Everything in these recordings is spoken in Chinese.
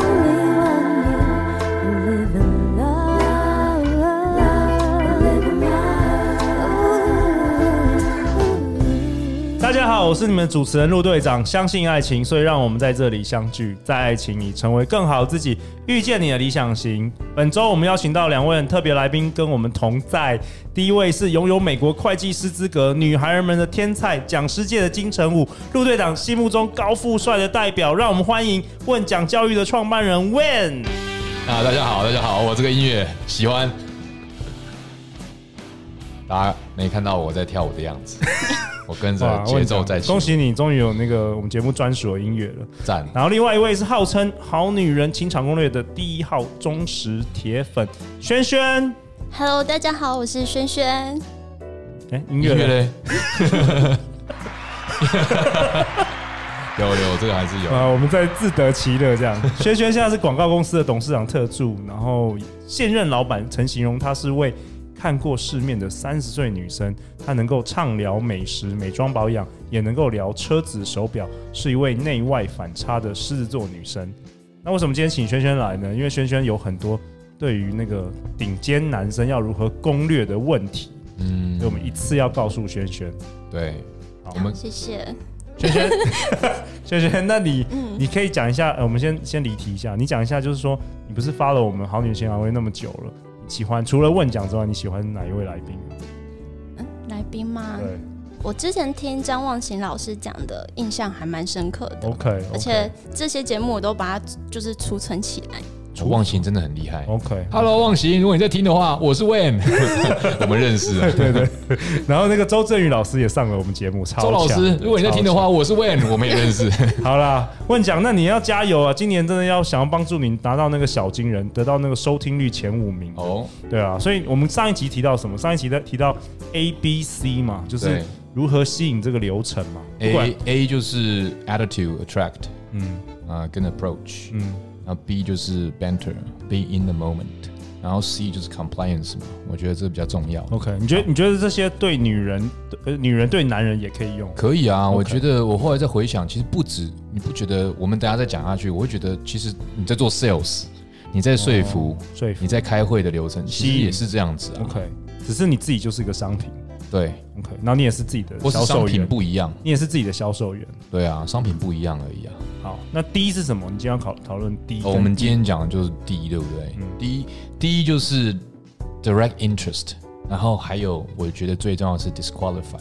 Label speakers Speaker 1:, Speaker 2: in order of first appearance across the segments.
Speaker 1: only one you live in love, live in love.
Speaker 2: 大家好，我是你们主持人陆队长。相信爱情，所以让我们在这里相聚，在爱情里成为更好自己，遇见你的理想型。本周我们邀请到两位很特别来宾，跟我们同在。第一位是拥有美国会计师资格、女孩儿们的天才、讲师界的金城武，陆队长心目中高富帅的代表。让我们欢迎问讲教育的创办人 Wen。
Speaker 3: 啊，大家好，大家好，我这个音乐喜欢。大家没看到我在跳舞的样 子，我跟着节奏在起舞
Speaker 2: 恭喜你，终于有那个我们节目专属的音乐了。
Speaker 3: 赞。
Speaker 2: 然后另外一位是号称《好女人情场攻略》的第一号忠实铁粉轩轩。
Speaker 4: Hello，大家好，我是轩轩。
Speaker 2: 哎，音乐
Speaker 3: 音乐
Speaker 2: 嘞？
Speaker 3: 嘞？ 有有，这个还是有。
Speaker 2: 啊，我们在自得其乐这样。 轩轩现在是广告公司的董事长特助，然后现任老板曾形容她是位看过世面的三十岁女生，她能够畅聊美食、美妆保养，也能够聊车子、手表，是一位内外反差的狮子座女生。那为什么今天请轩轩来呢？因为轩轩有很多对于那个顶尖男生要如何攻略的问题，
Speaker 3: 嗯
Speaker 2: 所以我们一次要告诉轩轩。
Speaker 3: 对，
Speaker 2: 好
Speaker 3: 我们
Speaker 4: 谢谢。
Speaker 2: 轩轩，轩轩，那你、你可以讲一下，呃我们先先离题一下，你讲一下，就是说你不是发了我们好女人情感会那么久了，你喜欢除了问讲之外，你喜欢哪一位来宾？
Speaker 4: 嗯，来宾吗？
Speaker 2: 对
Speaker 4: 我之前听张望琴老师讲的，印象还蛮深刻的。
Speaker 2: 哦，OK，
Speaker 4: 而且这些节目我都把它就是储存起来。
Speaker 3: 楚忘形真的很厉害。
Speaker 2: OK，
Speaker 3: Hello，忘形，如果你在听的话，我是 Wen，我 们认识 啊。
Speaker 2: 对对，然后那个周振宇老师也上了我们节目，超
Speaker 3: 周老师
Speaker 2: 强，
Speaker 3: 如果你在听的，话，我是 Wen，我们也认识。
Speaker 2: 超强好啦，问讲，那你要加油啊！今年真的要想要帮助你拿到那个小金人，得到那个收听率前五名。
Speaker 3: 哦，
Speaker 2: 对啊，所以我们上一集提到什么？上一集在提到 A B C 嘛，就是
Speaker 3: 对
Speaker 2: 如何吸引这个流程嘛。不管
Speaker 3: ，A A 就是 attitude attract
Speaker 2: 嗯
Speaker 3: 啊，跟 approach。
Speaker 2: 嗯
Speaker 3: 然后 B 就是 banter，be in the moment，然后 C 就是 compliance 嘛，我觉得这比较重要。
Speaker 2: ，OK，你觉得你觉得这些对女人，呃，女人对男人也可以用？
Speaker 3: 可以啊
Speaker 2: OK
Speaker 3: 我觉得我后来再回想，其实不止，你不觉得我们等一下再讲下去，我会觉得其实你在做 sales，你在说服，
Speaker 2: 说服
Speaker 3: 你在开会的流程，其
Speaker 2: 哦吸
Speaker 3: 实
Speaker 2: 引
Speaker 3: 也是这样子啊。
Speaker 2: OK，只是你自己就是一个商品
Speaker 3: 对，
Speaker 2: ，OK，然后你也是自己的
Speaker 3: 或是
Speaker 2: 销
Speaker 3: 商
Speaker 2: 售
Speaker 3: 品
Speaker 2: 员，
Speaker 3: 不一样，
Speaker 2: 你也是自己的销售员。
Speaker 3: 对啊，商品不一样而已啊。
Speaker 2: 好，那 D 是什么？你今天要讨讨论 D，
Speaker 3: 哦我们今天讲的就是第一，对不对？第一，第一就是 direct interest，然后还有我觉得最重要的是 disqualify。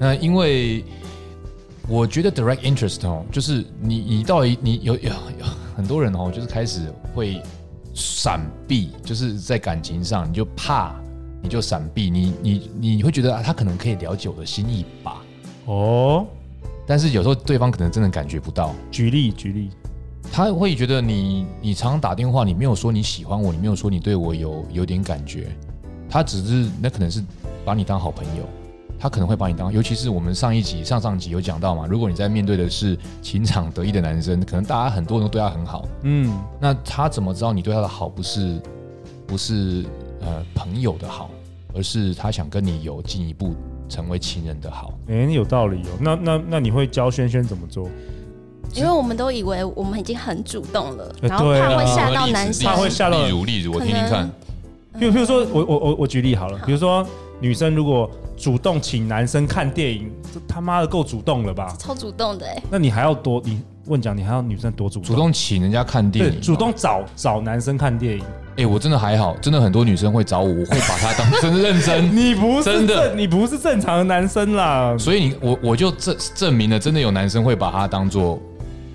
Speaker 3: 那因为我觉得 direct interest 哦，就是你你到底你有有有很多人哦，就是开始会闪避，就是在感情上你就怕，你就闪避，你你你会觉得啊他可能可以了解我的心意吧，
Speaker 2: 哦，
Speaker 3: 但是有时候对方可能真的感觉不到。
Speaker 2: 举例举例，
Speaker 3: 他会觉得你，你常常打电话，你没有说你喜欢我，你没有说你对我有有点感觉，他只是那可能是把你当好朋友，他可能会把你当，尤其是我们上一集、上上集有讲到嘛，如果你在面对的是情场得意的男生，可能大家很多人都对他很好，
Speaker 2: 嗯，
Speaker 3: 那他怎么知道你对他的好不是不是呃朋友的好，而是他想跟你有进一步成为情人的好？
Speaker 2: 哎，你有道理哦。那那那你会教轩轩怎么做？
Speaker 4: 因为我们都以为我们已经很主动了，
Speaker 2: 呃
Speaker 4: 然后
Speaker 2: 对啊哦
Speaker 4: 怕会吓到男
Speaker 2: 例
Speaker 4: 生
Speaker 2: 子。怕会吓到
Speaker 3: 例如例如，我听听看，
Speaker 2: 比如，比如说，我我我我举例好了，比如说女生如果主动请男生看电影，这他妈的够主动了吧？
Speaker 4: 超主动的哎、
Speaker 2: 那你还要多，你问讲，你还要女生多主动？
Speaker 3: 主动请人家看电
Speaker 2: 对，
Speaker 3: 影，
Speaker 2: 主动找找男生看电 影。
Speaker 3: 哎、我真的还好，真的很多女生会找我，我会把她当真认真。
Speaker 2: 你不是
Speaker 3: 真的
Speaker 2: 正你不是正常的男生啦。
Speaker 3: 所以你我我就证证明了，真的有男生会把她当做，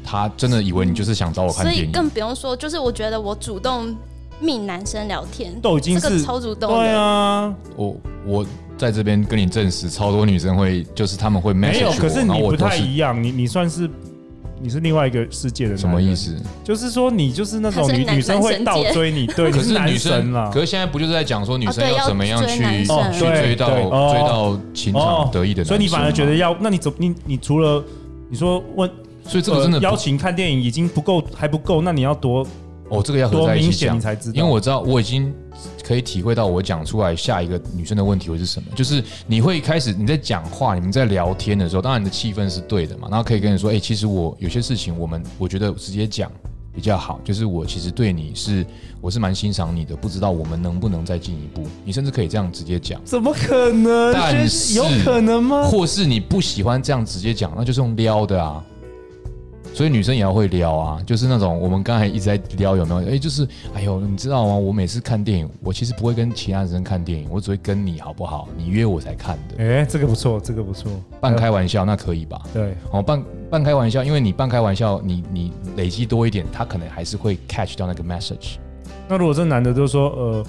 Speaker 3: 他真的以为你就是想找我看
Speaker 4: 所
Speaker 3: 电
Speaker 4: 以
Speaker 3: 影。
Speaker 4: 更不用说，就是我觉得我主动命男生聊天，
Speaker 2: 都已经
Speaker 4: 这个
Speaker 2: 是
Speaker 4: 超主动的。
Speaker 2: 对啊，
Speaker 3: 我我在这边跟你证实，超多女生会就是他们会 message
Speaker 2: 没有，
Speaker 3: 我，
Speaker 2: 可是
Speaker 3: 然后
Speaker 2: 你
Speaker 3: 我
Speaker 2: 不
Speaker 3: 都
Speaker 2: 太
Speaker 3: 是
Speaker 2: 一样，你你算是你是另外一个世界的
Speaker 3: 什么意
Speaker 2: 男人？
Speaker 3: 思？
Speaker 2: 就是说你就是那种
Speaker 4: 他是
Speaker 2: 女
Speaker 4: 男
Speaker 2: 女生会倒追你，对，
Speaker 3: 可
Speaker 2: 你
Speaker 3: 是
Speaker 2: 男
Speaker 3: 女
Speaker 2: 神啦
Speaker 3: 生，可。是现在不就是在讲说女生
Speaker 4: 哦对
Speaker 3: 要
Speaker 4: 要
Speaker 3: 怎么样
Speaker 4: 追
Speaker 3: 去、
Speaker 4: 男
Speaker 2: 生
Speaker 3: 去
Speaker 2: 哦对
Speaker 3: 追到、
Speaker 2: 对哦
Speaker 3: 追到情场得意的男
Speaker 2: 所
Speaker 3: 生、
Speaker 2: 以你反而觉得，要，那你怎你你除了你说问
Speaker 3: 所以这个真的
Speaker 2: 呃
Speaker 3: 不
Speaker 2: 邀请看电影已经不够，还不够，那你要多
Speaker 3: 哦，这个要合
Speaker 2: 多
Speaker 3: 在一
Speaker 2: 明
Speaker 3: 起
Speaker 2: 显
Speaker 3: 讲
Speaker 2: 你，才知道，
Speaker 3: 因为我知道我已经可以体会到我讲出来下一个女生的问题会是什么，就是你会开始你在讲话，你们在聊天的时候，当然你的气氛是对的嘛，然后可以跟你说，哎、其实我有些事情我们我觉得直接讲比较好，就是我其实对你是我是蛮欣赏你的，不知道我们能不能再进一步，你甚至可以这样直接讲。
Speaker 2: 怎么可能？
Speaker 3: 但
Speaker 2: 薛
Speaker 3: 是
Speaker 2: 有可能 吗？
Speaker 3: 或是你不喜欢这样直接讲，那就是用撩的啊。所以女生也要会撩啊，就是那种我们刚才一直在撩有没有？哎、就是哎呦，你知道吗？我每次看电影，我其实不会跟其他人看电影，我只会跟你好不好？你约我才看的，
Speaker 2: 哎，这个不错，这个不错，
Speaker 3: 半开玩笑那可以吧？
Speaker 2: 对，
Speaker 3: 哦，半半开玩笑，因为你半开玩笑，你你累积多一点，他可能还是会 catch 到那个 message。
Speaker 2: 那如果这男的就说呃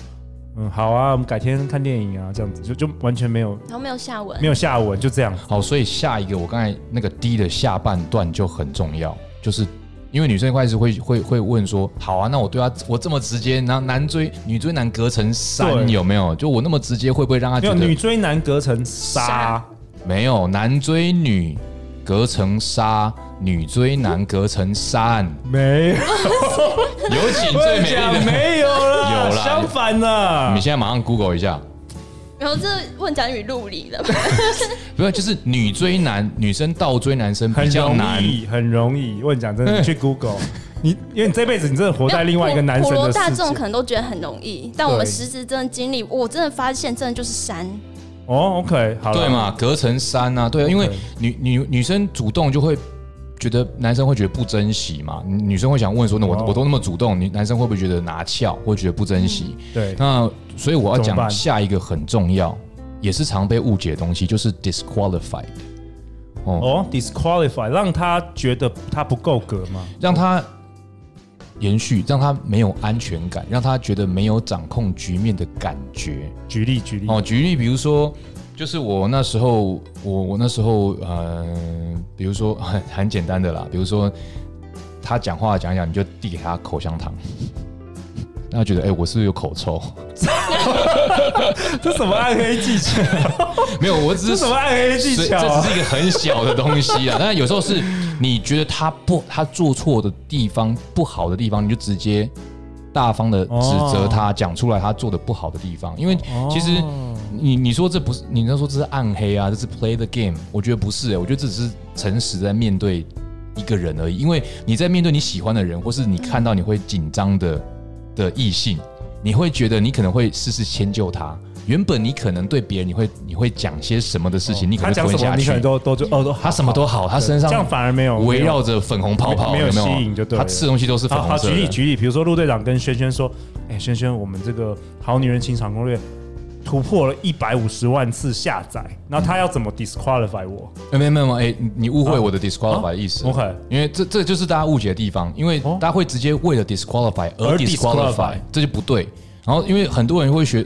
Speaker 2: 嗯好啊，我们改天看电影啊，这样子就就完全没有
Speaker 4: 然后没有下文
Speaker 2: 没。有下文，就这样。
Speaker 3: 好，所以下一个我刚才那个 D 的下半段就很重要，就是因为女生一开始会会会问说，好啊，那我对她我这么直接，然后男追女追男隔层山
Speaker 2: 对
Speaker 3: 有没有？就我那么直接会不会让她
Speaker 2: 没
Speaker 3: 觉
Speaker 2: 有
Speaker 3: 得
Speaker 2: 女追男隔层纱
Speaker 4: 纱，
Speaker 3: 没有男追女隔层纱，女追男隔层山？
Speaker 2: 没有，
Speaker 3: 有请最美丽的。
Speaker 2: 没有啦，
Speaker 3: 有啦
Speaker 2: 相反啦
Speaker 3: 你，现在马上 Google 一下，
Speaker 4: 然后这问讲语入理 了，
Speaker 3: 不是就是女追男，女生倒追男生
Speaker 2: 很
Speaker 3: 比较
Speaker 2: 容
Speaker 3: 难。嗯
Speaker 2: 易，很容易。我跟你讲真的，你去 Google，你因为你这辈子你真的活在另外一个男生
Speaker 4: 普
Speaker 2: 的
Speaker 4: 罗大
Speaker 2: 世
Speaker 4: 众
Speaker 2: 界
Speaker 4: 可。能都觉得很容易，但我们
Speaker 2: 对
Speaker 4: 实质真的经历，我真的发现真的就是山。
Speaker 2: 哦，OK，好了，
Speaker 3: 对嘛，隔层山啊，对啊，因为
Speaker 2: OK
Speaker 3: 女女女生主动就会觉得男生会觉得不珍惜嘛，女女生会想问说，那我、
Speaker 2: 哦
Speaker 3: 我都那么主动，你男生会不会觉得拿翘，会觉得不珍惜？
Speaker 2: 对，
Speaker 3: 那所以我
Speaker 2: 嗯
Speaker 3: 要
Speaker 2: 怎么办
Speaker 3: 讲下一个很重要，也是常被误解的东西，就是 disqualified，
Speaker 2: 哦，disqualify，让他觉得他不够格吗？
Speaker 3: 让他延续，让他没有安全感，让他觉得没有掌控局面的感觉。
Speaker 2: 举例举例，
Speaker 3: 哦，举例，比如说，就是我那时候，我我那时候，呃，比如说 很很简单的啦，比如说他讲话讲一讲，你就递给他口香糖， 那他觉得，哎、我是不是有口臭？
Speaker 2: 这什么暗黑技巧？
Speaker 3: 没有，我只
Speaker 2: 这
Speaker 3: 是
Speaker 2: 什么暗黑技
Speaker 3: 所以
Speaker 2: 巧
Speaker 3: 这只
Speaker 2: 啊？
Speaker 3: 是一个很小的东 西啊。但有时候是你觉得他不，他做错的地方、不好的地方，你就直接大方的指责
Speaker 2: 哦
Speaker 3: 他，讲出来他做的不好的地方。因为其实你你说这不是，你那说这是暗黑啊，这是 play the game，我觉得不是、欸，我觉得这只是诚实在面对。一个人而已，因为你在面对你喜欢的人，或是你看到你会紧张的的异性，你会觉得你可能会事事迁就他。原本你可能对别人你会你会讲些什么的事情，你可
Speaker 2: 哦他
Speaker 3: 能
Speaker 2: 讲
Speaker 3: 会
Speaker 2: 什
Speaker 3: 吞下
Speaker 2: 么，你可能
Speaker 3: 去。
Speaker 2: 都都就哦都好
Speaker 3: 他什么都好，他身上
Speaker 2: 这样反而没有
Speaker 3: 围绕着粉红泡泡，
Speaker 2: 没有
Speaker 3: 有
Speaker 2: 吸引就对了
Speaker 3: 他吃的东西都是粉
Speaker 2: 好
Speaker 3: 红
Speaker 2: 好
Speaker 3: 色
Speaker 2: 举例
Speaker 3: 的。
Speaker 2: 举例，比如说陆队长跟轩轩说：“哎、轩轩，我们这个《好女人情场攻略》突破了一百五十万次下载，然后他要怎么 disqualify 我？
Speaker 3: 哎没有没有，哎，你你误会我的 disqualify
Speaker 2: 啊
Speaker 3: 的意思。
Speaker 2: OK
Speaker 3: 因为这这就是大家误解的地方，因为
Speaker 2: 哦
Speaker 3: 大家会直接为了 disqualify
Speaker 2: 而
Speaker 3: 而 disqualify，
Speaker 2: disqualify
Speaker 3: 这就不对。然后因为很多人会学，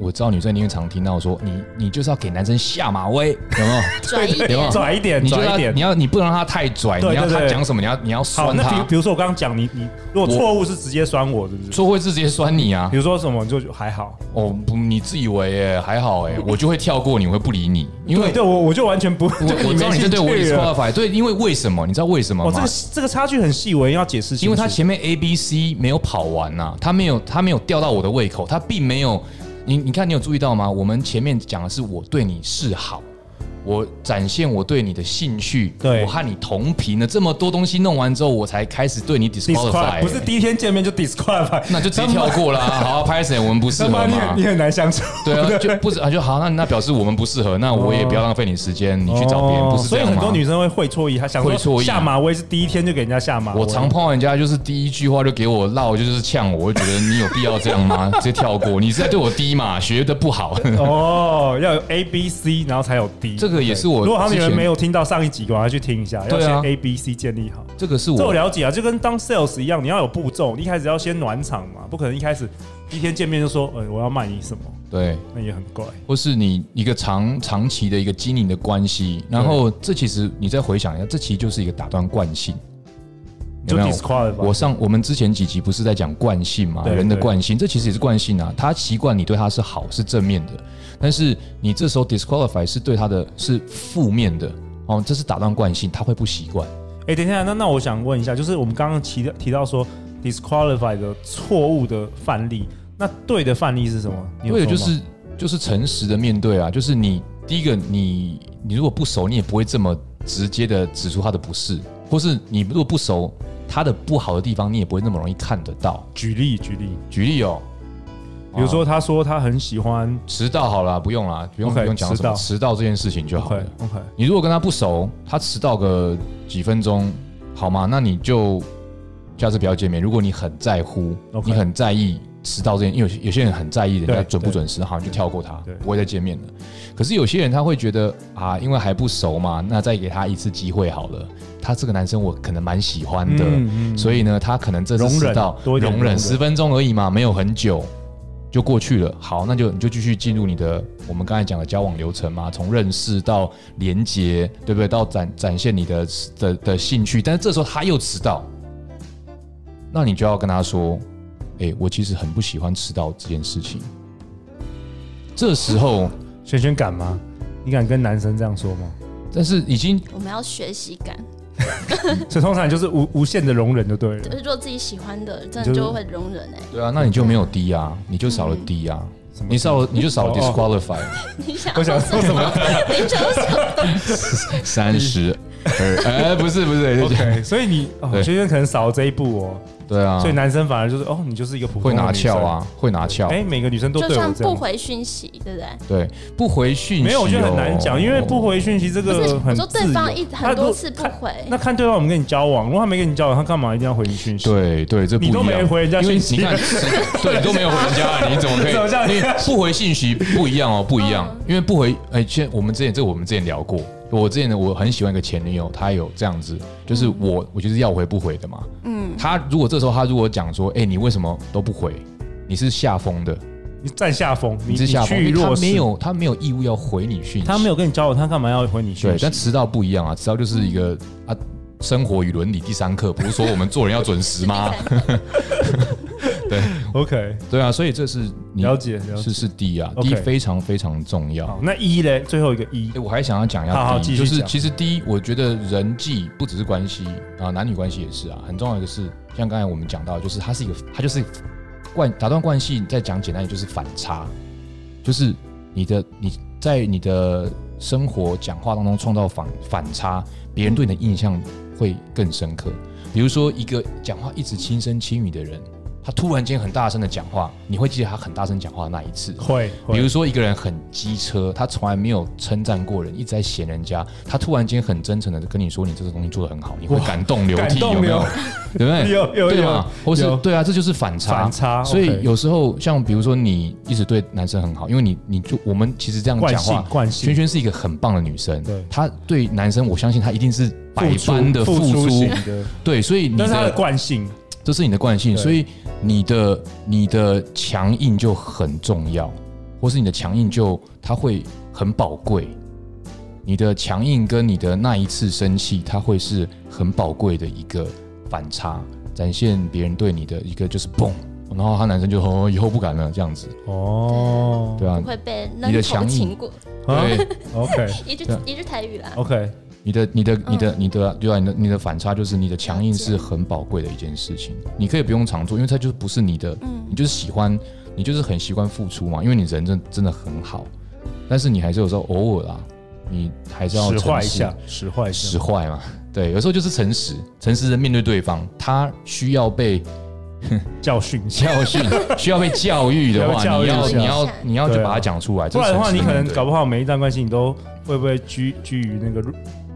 Speaker 3: 我知道女生你会常听到说，你你就是要给男生下马威，有没有？
Speaker 4: 转一点，
Speaker 2: 拽一点，
Speaker 3: 你就
Speaker 2: 拽一
Speaker 3: 要
Speaker 2: 点
Speaker 3: 你。要你不能让他太拽，
Speaker 2: 对
Speaker 3: 你要
Speaker 2: 对
Speaker 3: 他
Speaker 2: 对
Speaker 3: 讲什么，你要你要
Speaker 2: 好，
Speaker 3: 酸
Speaker 2: 那比
Speaker 3: 他，
Speaker 2: 比如说我刚刚讲，你你如果
Speaker 3: 我
Speaker 2: 错误是直接酸我，是不是？
Speaker 3: 说会是直接酸你啊
Speaker 2: 比。如说什么就就还好，
Speaker 3: 哦，不，你自以为耶还好哎，我就会跳过你，我会不理你，因为
Speaker 2: 对对我我就完全不， 我
Speaker 3: 我我知道你是对我
Speaker 2: disqualify。
Speaker 3: disqualify，对，因为为什么？你知道为什么
Speaker 2: 哦，这
Speaker 3: 吗
Speaker 2: 个？这个差距很细微，要解释清楚。
Speaker 3: 因为他前面 A、B、C 没有跑完呐、他没有他没有吊到我的胃口，他并没有。你你看，你有注意到吗？我们前面讲的是我对你示好，我展现我对你的兴趣，
Speaker 2: 对
Speaker 3: 我和你同频的这么多东西弄完之后，我才开始对你 disqualify，
Speaker 2: disqualify 不是第一天见面就 disqualify，
Speaker 3: 那就直接跳过 啦。好、啊，拍谁我们不适
Speaker 2: 他
Speaker 3: 合
Speaker 2: 妈你
Speaker 3: 嘛
Speaker 2: 很你？很难相处。
Speaker 3: 对啊，就不是啊，就好，那那表示我们不适合，那我也不要浪费你时间，你去找别人，不是这
Speaker 2: 哦所以
Speaker 3: 样吗？
Speaker 2: 很多女生会会错意，她想说
Speaker 3: 会错意啊
Speaker 2: 下马威是第一天就给人家下马威。
Speaker 3: 我常碰到人家就是第一句话就给我唠，就是呛我，我就觉得你有必要这样吗？ 直接跳过，你是在对我低嘛？学的不好，
Speaker 2: 哦，要有 A B C，然后才有 D。
Speaker 3: 这个也是我
Speaker 2: 对如果好女
Speaker 3: 之
Speaker 2: 人
Speaker 3: 前
Speaker 2: 没有听到上一集，赶快去听一下，要
Speaker 3: 对啊
Speaker 2: 先 A B C 建立好。
Speaker 3: 这个是
Speaker 2: 这我
Speaker 3: 我
Speaker 2: 了解啊，就跟当 sales 一样，你要有步骤，你一开始要先暖场嘛，不可能一开始第一天见面就说，呃，我要卖你什么，
Speaker 3: 对，
Speaker 2: 那也很怪。
Speaker 3: 或是你一个长长期的一个经营的关系，然后这其实你再回想一下，这其实就是一个打断惯性。
Speaker 2: 就
Speaker 3: 有没有
Speaker 2: disqualify
Speaker 3: 我上我们之前几集不是在讲惯性嘛，
Speaker 2: 对
Speaker 3: 人的惯性，这其实也是惯性啊。他习惯你对他是好是正面的，但是你这时候 disqualify 是对他的是负面的哦，这是打断惯性，他会不习惯。
Speaker 2: 哎、等一下，那那我想问一下，就是我们刚刚提到提到说， disqualify 的错误的范例。那对的范例是什么？你有
Speaker 3: 对的，就
Speaker 2: 说吗
Speaker 3: 是就是诚实的面对啊，就是你第一个你你如果不熟，你也不会这么直接的指出他的不是，或是你如果不熟他的不好的地方，你也不会那么容易看得到。
Speaker 2: 举例举例，
Speaker 3: 举例哦，
Speaker 2: 比如说他说他很喜欢
Speaker 3: 迟到好了，不用啦，不用
Speaker 2: OK，
Speaker 3: 不用讲什么
Speaker 2: 迟
Speaker 3: 迟到这件事情就好
Speaker 2: OK
Speaker 3: 了。
Speaker 2: OK，
Speaker 3: 你如果跟他不熟，他迟到个几分钟，好吗？那你就下次不要见面。如果你很在乎
Speaker 2: OK
Speaker 3: 你很在意迟到这件，因为有有些人很在意人家
Speaker 2: 对
Speaker 3: 准不准时，好像就跳过他
Speaker 2: 对，
Speaker 3: 不会再见面了。可是有些人他会觉得啊，因为还不熟嘛，那再给他一次机会好了。他这个男生我可能蛮喜欢的，
Speaker 2: 嗯嗯
Speaker 3: 所以呢，他可能这次
Speaker 2: 容忍
Speaker 3: 迟到
Speaker 2: 多一点容忍
Speaker 3: 十分钟而已嘛，没有很久就过去了。好，那就你就继续进入你的我们刚才讲的交往流程嘛，从认识到连接，对不对？到展展现你的的的兴趣，但是这时候他又迟到，那你就要跟他说，哎、我其实很不喜欢迟到这件事情。这时候，
Speaker 2: 轩轩敢吗？你敢跟男生这样说 吗？
Speaker 3: 但是已经
Speaker 4: 我们要学习感，
Speaker 2: 所以通常就是无无限的容忍就对
Speaker 4: 就
Speaker 2: 了。
Speaker 4: 是做自己喜欢的，真
Speaker 2: 就是
Speaker 4: 的就会容忍哎、
Speaker 3: 对啊，那你就没有低啊，你就少了低啊，
Speaker 2: 嗯什么
Speaker 3: 你少了你就少了
Speaker 2: 哦
Speaker 3: disqualify。
Speaker 4: 你想
Speaker 2: 我想说什么
Speaker 4: 你 想
Speaker 3: 三十二，哎，不是不是
Speaker 2: ？OK，所以你哦，
Speaker 3: 对
Speaker 2: 轩轩可能少了这一步哦，
Speaker 3: 对啊，
Speaker 2: 所以男生反而就是哦，你就是一个普通的
Speaker 3: 会拿
Speaker 2: 女生
Speaker 3: 翘。啊，会拿翘，
Speaker 2: 哎，每个女生都
Speaker 4: 就
Speaker 2: 对我
Speaker 4: 算
Speaker 2: 这样
Speaker 4: 不。回讯息，对不对？
Speaker 3: 对，不回讯息哦，
Speaker 2: 没有，我觉得很难讲，因为不回讯息这
Speaker 4: 不是
Speaker 2: 个，
Speaker 4: 我
Speaker 2: 很
Speaker 4: 说对方一
Speaker 2: 自由
Speaker 4: 很多次。
Speaker 2: 他
Speaker 4: 不
Speaker 2: 如果
Speaker 4: 回，
Speaker 2: 那看对方有没有跟你交往，如果他没跟你交往，他干嘛一定要回你讯息？，
Speaker 3: 对对，这不一样
Speaker 2: 你都没回人家
Speaker 3: 因为
Speaker 2: 讯息
Speaker 3: 你 看，对，你都没有回人家，你怎么可以？
Speaker 2: 你怎么这样嗯
Speaker 3: 因为不回信息不一样哦，不一样，因为不回，哎，现我们之前这个我们之前聊过，我之前呢，我很喜欢一个前女友，她有这样子，就是
Speaker 2: 嗯
Speaker 3: 我我就是要回不回的嘛，嗯，她如果这时候她如果讲说，哎，你为什么都不回？你是下风的，
Speaker 2: 你占下风，你
Speaker 3: 你是下风，因
Speaker 2: 去
Speaker 3: 为
Speaker 2: 弱
Speaker 3: 她
Speaker 2: 势，
Speaker 3: 没有她没有义务要回你讯息，
Speaker 2: 他没有跟你交往，他干嘛要回你讯
Speaker 3: 对，
Speaker 2: 息？
Speaker 3: 但迟到不一样啊，迟到就是一个啊，生活与伦理第三课，不是说我们做人要准时 吗？
Speaker 2: OK，
Speaker 3: 对啊，所以这是你
Speaker 2: 了解了解
Speaker 3: 是。是第一啊，
Speaker 2: OK
Speaker 3: 第一非常非常重要。
Speaker 2: 好，那一嘞，最后一个一
Speaker 3: 哎，我还想要讲一
Speaker 2: 嗯好好
Speaker 3: 下第
Speaker 2: 继
Speaker 3: 一，
Speaker 2: 续
Speaker 3: 就是
Speaker 2: 讲
Speaker 3: 其实第一，我觉得人际不只是关系啊，男女关系也是啊，很重要的是，像刚才我们讲到，就是它是一个，它就是惯打断惯性，再讲简单，也就是反差，就是你的你在你的生活讲话当中创造反反差，别人对你的印象会更深刻。比如说一个讲话一直轻声轻语的人，他突然间很大声的讲话，你会记得他很大声讲话的那一次。
Speaker 2: 会，会
Speaker 3: 比如说一个人很机车，他从来没有称赞过人，一直在嫌人家，他突然间很真诚的跟你说你这个东西做的很好，你会感动流
Speaker 2: 感
Speaker 3: 涕，
Speaker 2: 动
Speaker 3: 有没有
Speaker 2: 流？
Speaker 3: 对不 对？
Speaker 2: 有有
Speaker 3: 对
Speaker 2: 有
Speaker 3: 嘛，或是
Speaker 2: 有
Speaker 3: 对啊，这就是反差。
Speaker 2: 反差
Speaker 3: 所
Speaker 2: OK
Speaker 3: 以有时候像比如说你一直对男生很好，因为你你就我们其实这样
Speaker 2: 惯
Speaker 3: 讲
Speaker 2: 性
Speaker 3: 话，
Speaker 2: 惯性
Speaker 3: 萱萱是一个很棒的女生，
Speaker 2: 对
Speaker 3: 她对男生我相信她一定是百
Speaker 2: 付出
Speaker 3: 般的付
Speaker 2: 出
Speaker 3: 出
Speaker 2: 型，的，
Speaker 3: 对，所以你
Speaker 2: 但是他的
Speaker 3: 的
Speaker 2: 惯性
Speaker 3: 这是你的惯性，
Speaker 2: 对
Speaker 3: 所以你的你的强硬就很重要，或是你的强硬就它会很宝贵。你的强硬跟你的那一次生气，它会是很宝贵的一个反差，展现别人对你的一个就是嘣，然后他男生就哦以后不敢了这样子，
Speaker 2: 哦，
Speaker 3: 对啊
Speaker 4: 不，会被
Speaker 3: 你的
Speaker 4: 扔头
Speaker 3: 强硬
Speaker 4: 擒过，
Speaker 2: 啊
Speaker 3: 对，
Speaker 2: ，OK
Speaker 4: 一句
Speaker 3: 对啊
Speaker 4: 一句台语啦。
Speaker 2: OK，
Speaker 3: 你的、你的、你的、你的，对啊，你的、你的反差就是你的强硬是很宝贵的一件事情，你可以不用常做，因为它就不是你的，你就是喜欢，你就是很习惯付出嘛，因为你人真真的很好，但是你还是有时候偶尔啦，你还是要
Speaker 2: 使坏
Speaker 3: 诚
Speaker 2: 一
Speaker 3: 实
Speaker 2: 下，使坏一
Speaker 3: 使
Speaker 2: 下，
Speaker 3: 坏嘛，对，有时候就是诚实，诚实的面对对方，他需要被
Speaker 2: 教训一下，
Speaker 3: 教训，需要被教育的话，
Speaker 2: 要被教
Speaker 3: 你要
Speaker 2: 育一下
Speaker 3: 你要你要就
Speaker 2: 对啊
Speaker 3: 把它讲出来，
Speaker 2: 不然的话，你可能搞
Speaker 3: 不
Speaker 2: 不好每一段关系你都会不会居居于那个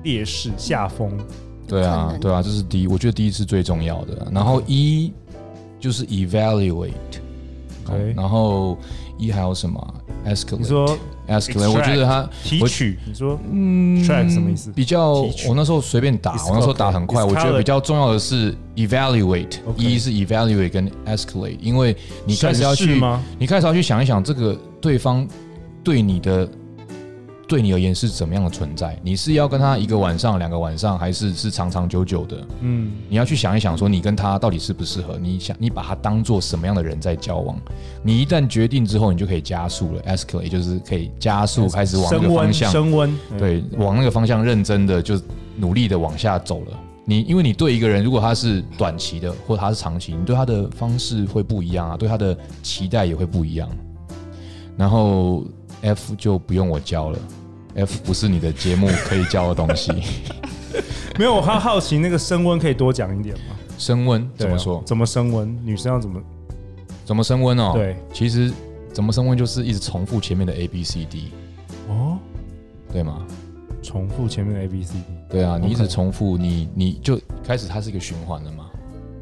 Speaker 2: 劣势下风？
Speaker 3: 对
Speaker 4: 有可
Speaker 3: 啊
Speaker 4: 能，
Speaker 3: 对啊，这是第一，我觉得第一是最重要的。然后一就是 evaluate，、好
Speaker 2: OK
Speaker 3: 然后一还有什么啊
Speaker 2: 你说
Speaker 3: ？escalate。escalate，我
Speaker 2: extract
Speaker 3: 觉得它
Speaker 2: 提
Speaker 3: 我
Speaker 2: 取，你说
Speaker 3: 嗯
Speaker 2: track 什么意思
Speaker 3: 比较
Speaker 2: 提取
Speaker 3: 我那时候随便打，
Speaker 2: Escalate
Speaker 3: 我那时候打很快。
Speaker 2: Escalate
Speaker 3: 我觉得比较重要的是 evaluate，
Speaker 2: OK
Speaker 3: 一是 evaluate 跟 escalate，因为你开始要
Speaker 2: 审视
Speaker 3: 去
Speaker 2: 吗？
Speaker 3: 你开始要去想一想，这个对方对你的对你而言是怎么样的存在？你是要跟他一个晚上、两个晚上，还是是长长久久的？
Speaker 2: 嗯，
Speaker 3: 你要去想一想，说你跟他到底适不适合？你想，你把他当做什么样的人在交往？你一旦决定之后，你就可以加速了，escalate 就是可以加速，开始往那
Speaker 2: 升
Speaker 3: 个
Speaker 2: 温，
Speaker 3: 方向，
Speaker 2: 升温，嗯，
Speaker 3: 对，往那个方向认真的就努力的往下走了。你因为你对一个人，如果他是短期的，或者他是长期，你对他的方式会不一样啊，对他的期待也会不一样。然后 F 就不用我教了，F 不是你的节目可以教的东 西。
Speaker 2: 没有，我好好奇那个升温可以多讲一点吗？
Speaker 3: 升温
Speaker 2: 对
Speaker 3: 怎
Speaker 2: 啊
Speaker 3: 么说？
Speaker 2: 怎么升温？女生要怎么？
Speaker 3: 怎么升温哦？，
Speaker 2: 对，
Speaker 3: 其实怎么升温就是一直重复前面的 A B C D，
Speaker 2: 哦，
Speaker 3: 对吗？
Speaker 2: 重复前面的 A B C D。
Speaker 3: 对啊，你一直
Speaker 2: OK
Speaker 3: 重复，你你就开始它是一个循环了嘛，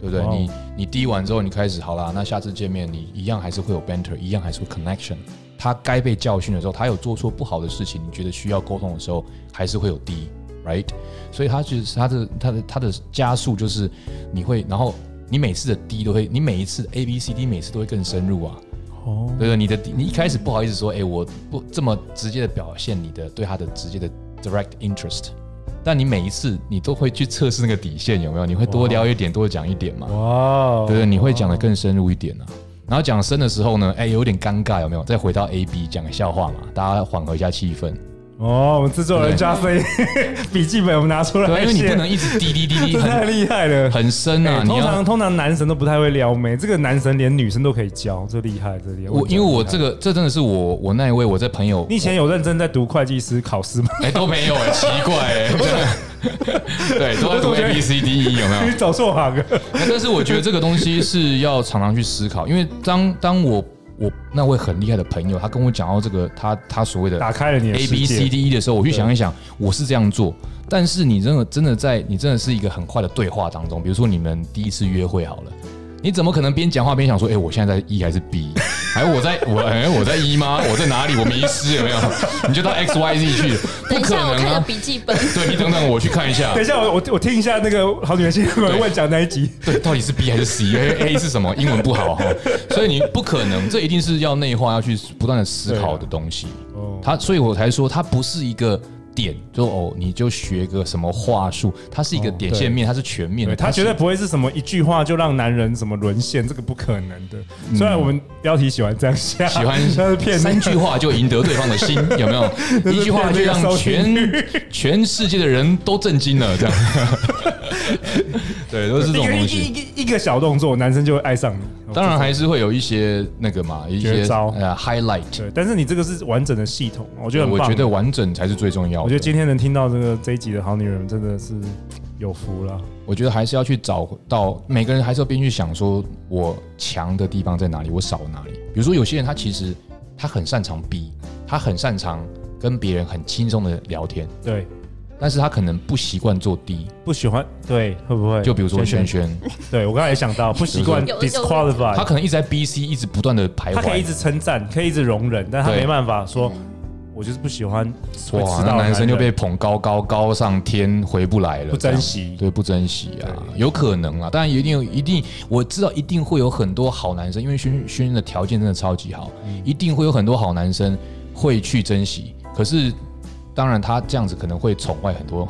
Speaker 3: 对不对？
Speaker 2: 哇哦
Speaker 3: 你你滴完之后，你开始好啦，那下次见面你一样还是会有 banter，一样还是会 connection。他该被教训的时候，他有做错不好的事情，你觉得需要沟通的时候，还是会有滴，right？所以他就是他的他的他的加速就是你会，然后你每次的滴都会，你每一次 A B C D 每次都会更深入啊。
Speaker 2: 哦，
Speaker 3: 对对，你的你一开始不好意思说，哎、我不这么直接的表现你的对他的直接的 direct interest，但你每一次你都会去测试那个底线有没有，你会多聊一点，多讲一点嘛，
Speaker 2: 哇哦，
Speaker 3: 对对，你会讲的更深入一点啊。然后讲深的时候呢，哎、有点尴尬有没有？再回到 A B 讲个笑话嘛，大家缓和一下气氛。
Speaker 2: 哦，我们制作人
Speaker 3: 对
Speaker 2: 加菲 笔记本我们拿出来
Speaker 3: 对啊，
Speaker 2: 写，
Speaker 3: 因为你不能一直滴滴滴 滴，
Speaker 2: 这太
Speaker 3: 很
Speaker 2: 厉害了。
Speaker 3: 很深啊。
Speaker 2: 哎
Speaker 3: 你
Speaker 2: 通
Speaker 3: 要
Speaker 2: 常通常男神都不太会撩妹，这个男神连女生都可以教，这厉害，这厉害。
Speaker 3: 我因为我这
Speaker 2: 个，
Speaker 3: 个这真的是我我那一位我在朋友，
Speaker 2: 你以前有认真在读会计师考试吗？
Speaker 3: 哎、都没有哎、奇 怪哎、对， 都在读
Speaker 2: 我总觉得
Speaker 3: A B C D E 有没有
Speaker 2: 你？走错行了。
Speaker 3: 但是我觉得这个东西是要常常去思考，因为当当我我那位很厉害的朋友，他跟我讲到这个他他所谓的
Speaker 2: 打开了你的
Speaker 3: A
Speaker 2: 世
Speaker 3: B
Speaker 2: 界
Speaker 3: C D E 的时候，我去想一想，我是这样做，但是你真的真的在你真的是一个很快的对话当中，比如说你们第一次约会好了。你怎么可能边讲话边想说，哎、我现在在 E 还是 B？哎，我在我哎、我在 E 吗？我在哪里？我迷失有没有？你就到 X Y Z 去，不
Speaker 4: 等一
Speaker 3: 可
Speaker 4: 下，我
Speaker 3: 能
Speaker 4: 看个
Speaker 3: 啊！
Speaker 4: 笔记本。
Speaker 3: 对你等等，我去看一下
Speaker 2: 等。一下，我我我听一下那个好女人新闻问讲那一集。
Speaker 3: 对，到底是 B 还是 C？A 是什么？英文不好哈，所以你不可能，这一定是要内化，要去不断的思考的东西。
Speaker 2: 哦，
Speaker 3: 它，所以我才说它不是一个点，就哦，你就学个什么话术，它是一个
Speaker 2: 哦
Speaker 3: 点
Speaker 2: 对
Speaker 3: 线面，它是全面的。
Speaker 2: 对他
Speaker 3: 它是
Speaker 2: 绝对不会是什么一句话就让男人什么沦陷，这个不可能的。虽然我们标题喜欢这样下，
Speaker 3: 嗯喜欢
Speaker 2: 但是骗
Speaker 3: 三
Speaker 2: 人。
Speaker 3: 句话就赢得对方 的心，有没有？
Speaker 2: 是
Speaker 3: 一句话就让
Speaker 2: 骗那
Speaker 3: 全全世界的人都震惊 了，这样。对，都是
Speaker 2: 一
Speaker 3: 这种
Speaker 2: 个
Speaker 3: 东
Speaker 2: 一
Speaker 3: 西。
Speaker 2: 个一个一个小动作，男生就会爱上你。
Speaker 3: 嗯当然还是会有一些那个嘛，一些
Speaker 2: 绝招
Speaker 3: 呃 highlight，
Speaker 2: 对，但是你这个是完整的系统，我觉得很
Speaker 3: 我
Speaker 2: 棒。欸
Speaker 3: 觉得，完整才是最重要的。
Speaker 2: 我觉得今天能听到这个这一集的好女人真的是有福了。
Speaker 3: 我觉得还是要去找到每个人，还是要边去想说我强的地方在哪里，我少哪里。比如说有些人他其实他很擅长 B，他很擅长跟别人很轻松的聊天，
Speaker 2: 对，
Speaker 3: 但是他可能不习惯做 D。
Speaker 2: 不喜欢对会不会？
Speaker 3: 就比如说轩
Speaker 2: 轩，
Speaker 3: 轩，
Speaker 2: 对我刚才也想到，不习惯
Speaker 4: 有有
Speaker 2: disqualify，
Speaker 3: 他可能一直在 B、C 一直不断的徘徊。
Speaker 2: 他可以一直称赞，可以一直容忍，但他
Speaker 3: 对
Speaker 2: 没办法说，我就是不喜欢会
Speaker 3: 哇，
Speaker 2: 迟
Speaker 3: 那
Speaker 2: 到的
Speaker 3: 男生
Speaker 2: 人
Speaker 3: 就被捧高高高上天，回不来了，
Speaker 2: 不珍
Speaker 3: 这样
Speaker 2: 惜。
Speaker 3: 对，不珍惜啊，有可能啊，当然一定有一定，我知道一定会有很多好男生，因为轩轩的条件真的超级好，
Speaker 2: 嗯
Speaker 3: 一定会有很多好男生会去珍惜。可是，当然他这样子可能会宠坏很多，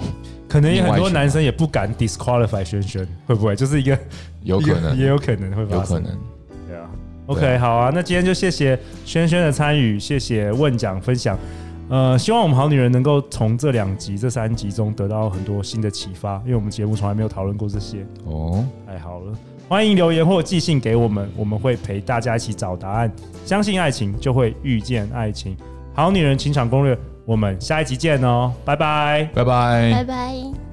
Speaker 2: 可能有很
Speaker 3: 另外啊
Speaker 2: 多
Speaker 3: 一群
Speaker 2: 男生也不敢 disqualify 轩轩，会不会就是一个
Speaker 3: 有可
Speaker 2: 一个也
Speaker 3: 能，
Speaker 2: 有可能会
Speaker 3: 有
Speaker 2: 发
Speaker 3: 可
Speaker 2: 生。
Speaker 3: 能。
Speaker 2: 对啊，OK，好啊，那今天就谢谢轩轩的参与，谢谢问奖分享。呃，希望我们好女人能够从这两集、这三集中得到很多新的启发，因为我们节目从来没有讨论过这些，
Speaker 3: 哦，
Speaker 2: 太好了！欢迎留言或寄信给我们，我们会陪大家一起找答案。相信爱情，就会遇见爱情。好女人情场攻略，我们下一集见哦，拜拜。
Speaker 3: 拜拜
Speaker 4: 拜拜。